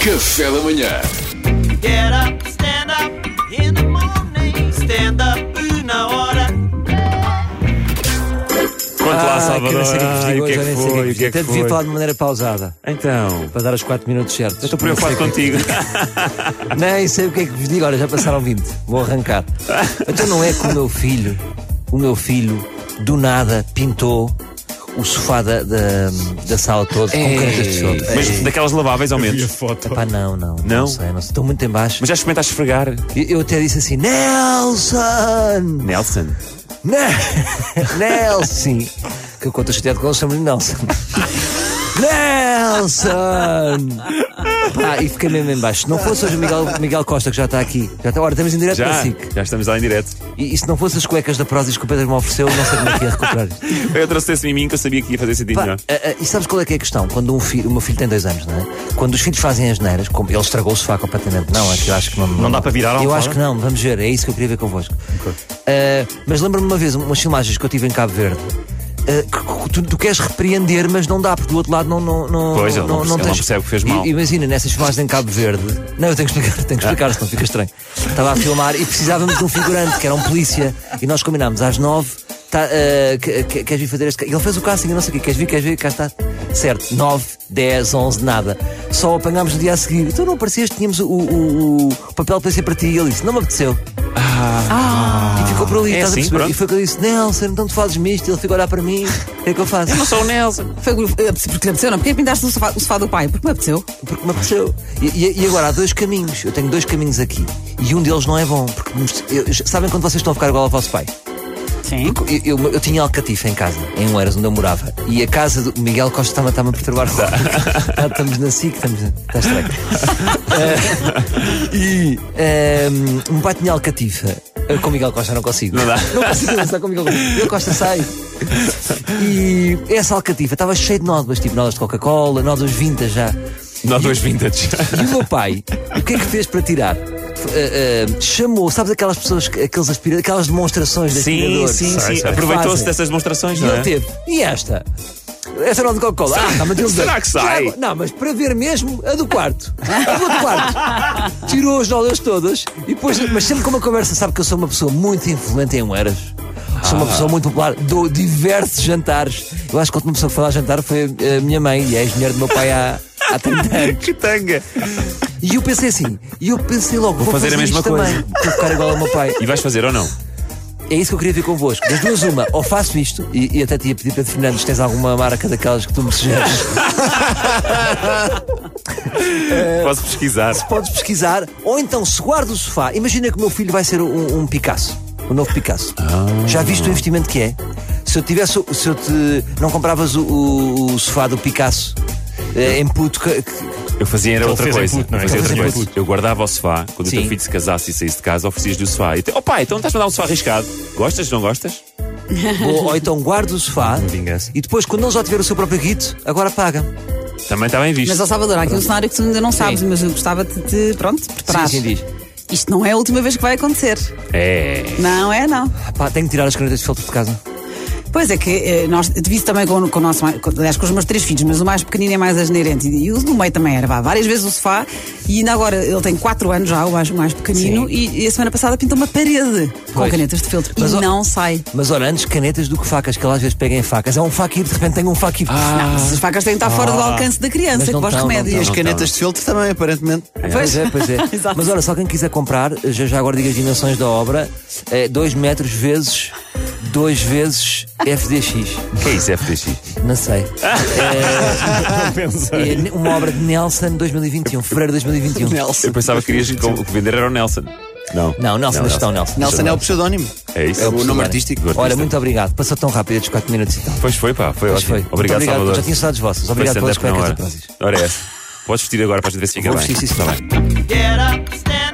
Café da manhã. Get up, stand up in the morning. Stand up na hora. Quanto lá, Ah, que Salvador? não sei o que é que vos Ai, digo o que é hoje, que eu foi? O nem sei o que é que vos que digo. é que Até devia falar foi? de maneira pausada, Então, para dar os 4 minutos certos. estou preocupado contigo. Nem sei o que é que vos digo, olha, já passaram 20, vou arrancar. Então não é que o meu filho, o meu filho, do nada pintou o sofá da, da, da sala todo com canetas de solda. Mas daquelas laváveis ao menos. Epá, não, não, não, Não? sei, não sei, estou muito em baixo. Mas já experimentaste esfregar? Eu- Eu até disse assim, Nelson! Nelson. Ne- Né? Nelson! Que eu conto chateado com ele, chamo-lhe Nelson. Nelson! Pá, e fiquei mesmo em baixo. Se não fosse hoje o Miguel, Miguel Costa, que já está aqui, já está, ora, estamos em direto para Já, SIC. já estamos lá em direto. E, e se não fosse as cuecas da Prozis que o Pedro me ofereceu, não sei como é que ia recuperar. isto. Eu trouxe esse miminho que eu sabia que ia fazer sentido Pá, melhor. ah, ah, e sabes qual é que é a questão? Quando um filho, o meu filho tem dois anos, não é? Quando os filhos fazem as neiras, como ele estragou o sofá completamente, não, é que eu acho que não. Não, dá para virar a Eu almofada? acho que não, vamos ver, é isso que eu queria ver convosco. Ah, mas lembro-me uma vez, umas filmagens que eu tive em Cabo Verde. ah, que- que tu, tu queres repreender, mas não dá, porque do outro lado não. não, não Pois, ele não percebe- ele não percebe que fez I- mal. Ah. Imagina, nessas filmagens em Cabo Verde. Não, eu tenho que explicar, tenho que explicar, senão fica estranho. Estava a filmar e precisávamos de um figurante, que era um polícia, e nós combinámos às nove. Tá, eh, que- que- queres vir fazer este. ca- Ele fez o casting, eu não sei o quê. Queres vir, queres vir? Cá está. Certo, nove, dez, onze, nada. Só o apanhámos no dia a seguir. Então não aparecias, tínhamos o, o- o- o papel de polícia para ti. E ele disse: Não me apeteceu. e ficou por ali, É estás assim, a perceber? pronto. E foi que eu disse: Nelson, então tu fazes misto. Ele fica a olhar para mim. O que é que eu faço? Sou o Nelson. Foi o- eh, porque lhe apeteceu, não? Porquê pintaste o sofá, o sofá do pai? Porque me apeteceu. porque me apeteceu. E, e- e agora há dois caminhos. Eu tenho dois caminhos aqui. E um deles não é bom. Porque nos- eu- sabem quando vocês estão a ficar igual ao vosso pai? Sim. Eu, eu- eu tinha Alcatifa em casa, em Oeiras, onde eu morava. E a casa do Miguel Costa estava- estava-me a perturbar. Tá. Ah, estamos na SIC, estamos. na- Está estranho. Ah, e ah, um, o meu pai tinha Alcatifa. Eu com Miguel Costa não consigo. Não dá. Não consigo dançar com Miguel Costa. Miguel Costa sai. E essa Alcatifa estava cheia de nódoas, tipo nódoas de Coca-Cola, nódoas vintas já. Nós dois vintage. E o meu pai, o que é que fez para tirar? F- ah, ah, chamou, sabes aquelas pessoas, que- aqueles aspira, aquelas demonstrações de Sim, aspiradores? sim, Fazem. sim. Aproveitou-se dessas demonstrações, E não ele é? teve. E esta? Essa não é de Coca-Cola. Ah, mas ele será deu. que sai? Já agora- não, mas para ver mesmo a do quarto. A do quarto. Tirou as notas todas e depois. Mas sempre com uma conversa, sabe que eu sou uma pessoa muito influente em Oeiras. Sou Ah. uma pessoa muito popular, dou diversos jantares. Eu acho que a última pessoa que foi lá jantar foi a minha mãe e a ex-mulher do meu pai há, há 30 anos. Que tanga! E eu pensei assim, e eu pensei logo, vou, fazer a mesma isto coisa. Também, vou ficar igual ao meu pai. E vais fazer ou não? É isso que eu queria ver convosco. Das duas, uma, ou faço isto, e, e até te ia pedir, Pedro Fernandes, tens alguma marca daquelas que tu me sugeres? Posso pesquisar. Podes pesquisar, ou então se guarda o sofá, imagina que o meu filho vai ser um, um Picasso, um novo Picasso. Ah. Já viste o investimento que é? Se eu tivesse, o- se eu te. Não compravas o, o- o sofá do Picasso eh, em puto. que- que- Eu fazia era outra fez em coisa. puto, não é? Eu fazia Ele outra fez em coisa. Eu guardava o sofá, quando o Sim. teu filho se casasse e saísse de casa, oferecias-lhe o sofá. E te... Oh pai, então estás a dar um sofá arriscado. Gostas, não gostas? ou, ou então guarda o sofá, assim. vingança. e depois, quando ele já tiver o seu próprio guito, agora paga. Também está bem visto. Mas, ó Salvador, há aqui um cenário que tu ainda não sabes, mas eu gostava de te, pronto, preparar. Sim, sim, diz. Isto não é a última vez que vai acontecer. É. Não é, não. Ah, pá, tenho que tirar as canetas de feltro de casa. Pois é que eh, nós devido também com, com o nosso, com- aliás, com os meus três filhos, mas o mais pequenino é mais asneirente e, e o do meio também era, vá, várias vezes o sofá e ainda agora ele tem quatro anos já, o mais, o mais pequenino, Sim. e, e a semana passada pintou uma parede com Pois. canetas de feltro Mas, e ó- não sai. Mas olha, antes canetas do que facas, que ela às vezes pega em facas. É um faquir, de repente tem um faquir. Não, mas as facas têm que estar fora do alcance da Ah, Mas criança, não com os estão, não remédios. estão. Canetas de filtro também, aparentemente. Pois é, pois é. Exato. Mas olha, se alguém quiser comprar, eh, já, já agora digo as dimensões da obra: 2 metros vezes 2 vezes FDX. O que é isso, FTX? Não sei. É, é uma obra de Nelson 2021, fevereiro de 2021. Eu pensava que querias com- que vender era o Nelson. Não. Não, Nelson, mas estão Nelson. Nelson é o pseudónimo. É isso. É o nome artístico. Olha, muito obrigado. Passou tão rápido estes 4 minutos e tal. Pois foi, pá. Foi Pois ótimo. foi. Muito Obrigado, obrigado. Salvador. Já tinha saudades vossas. Foi Obrigado pelas stand-up cuecas na da hora. Prozis. Ora é essa. Podes vestir agora para a gente ver se fica Vou bem. vestir, sim, sim. Está bem. Get up, stand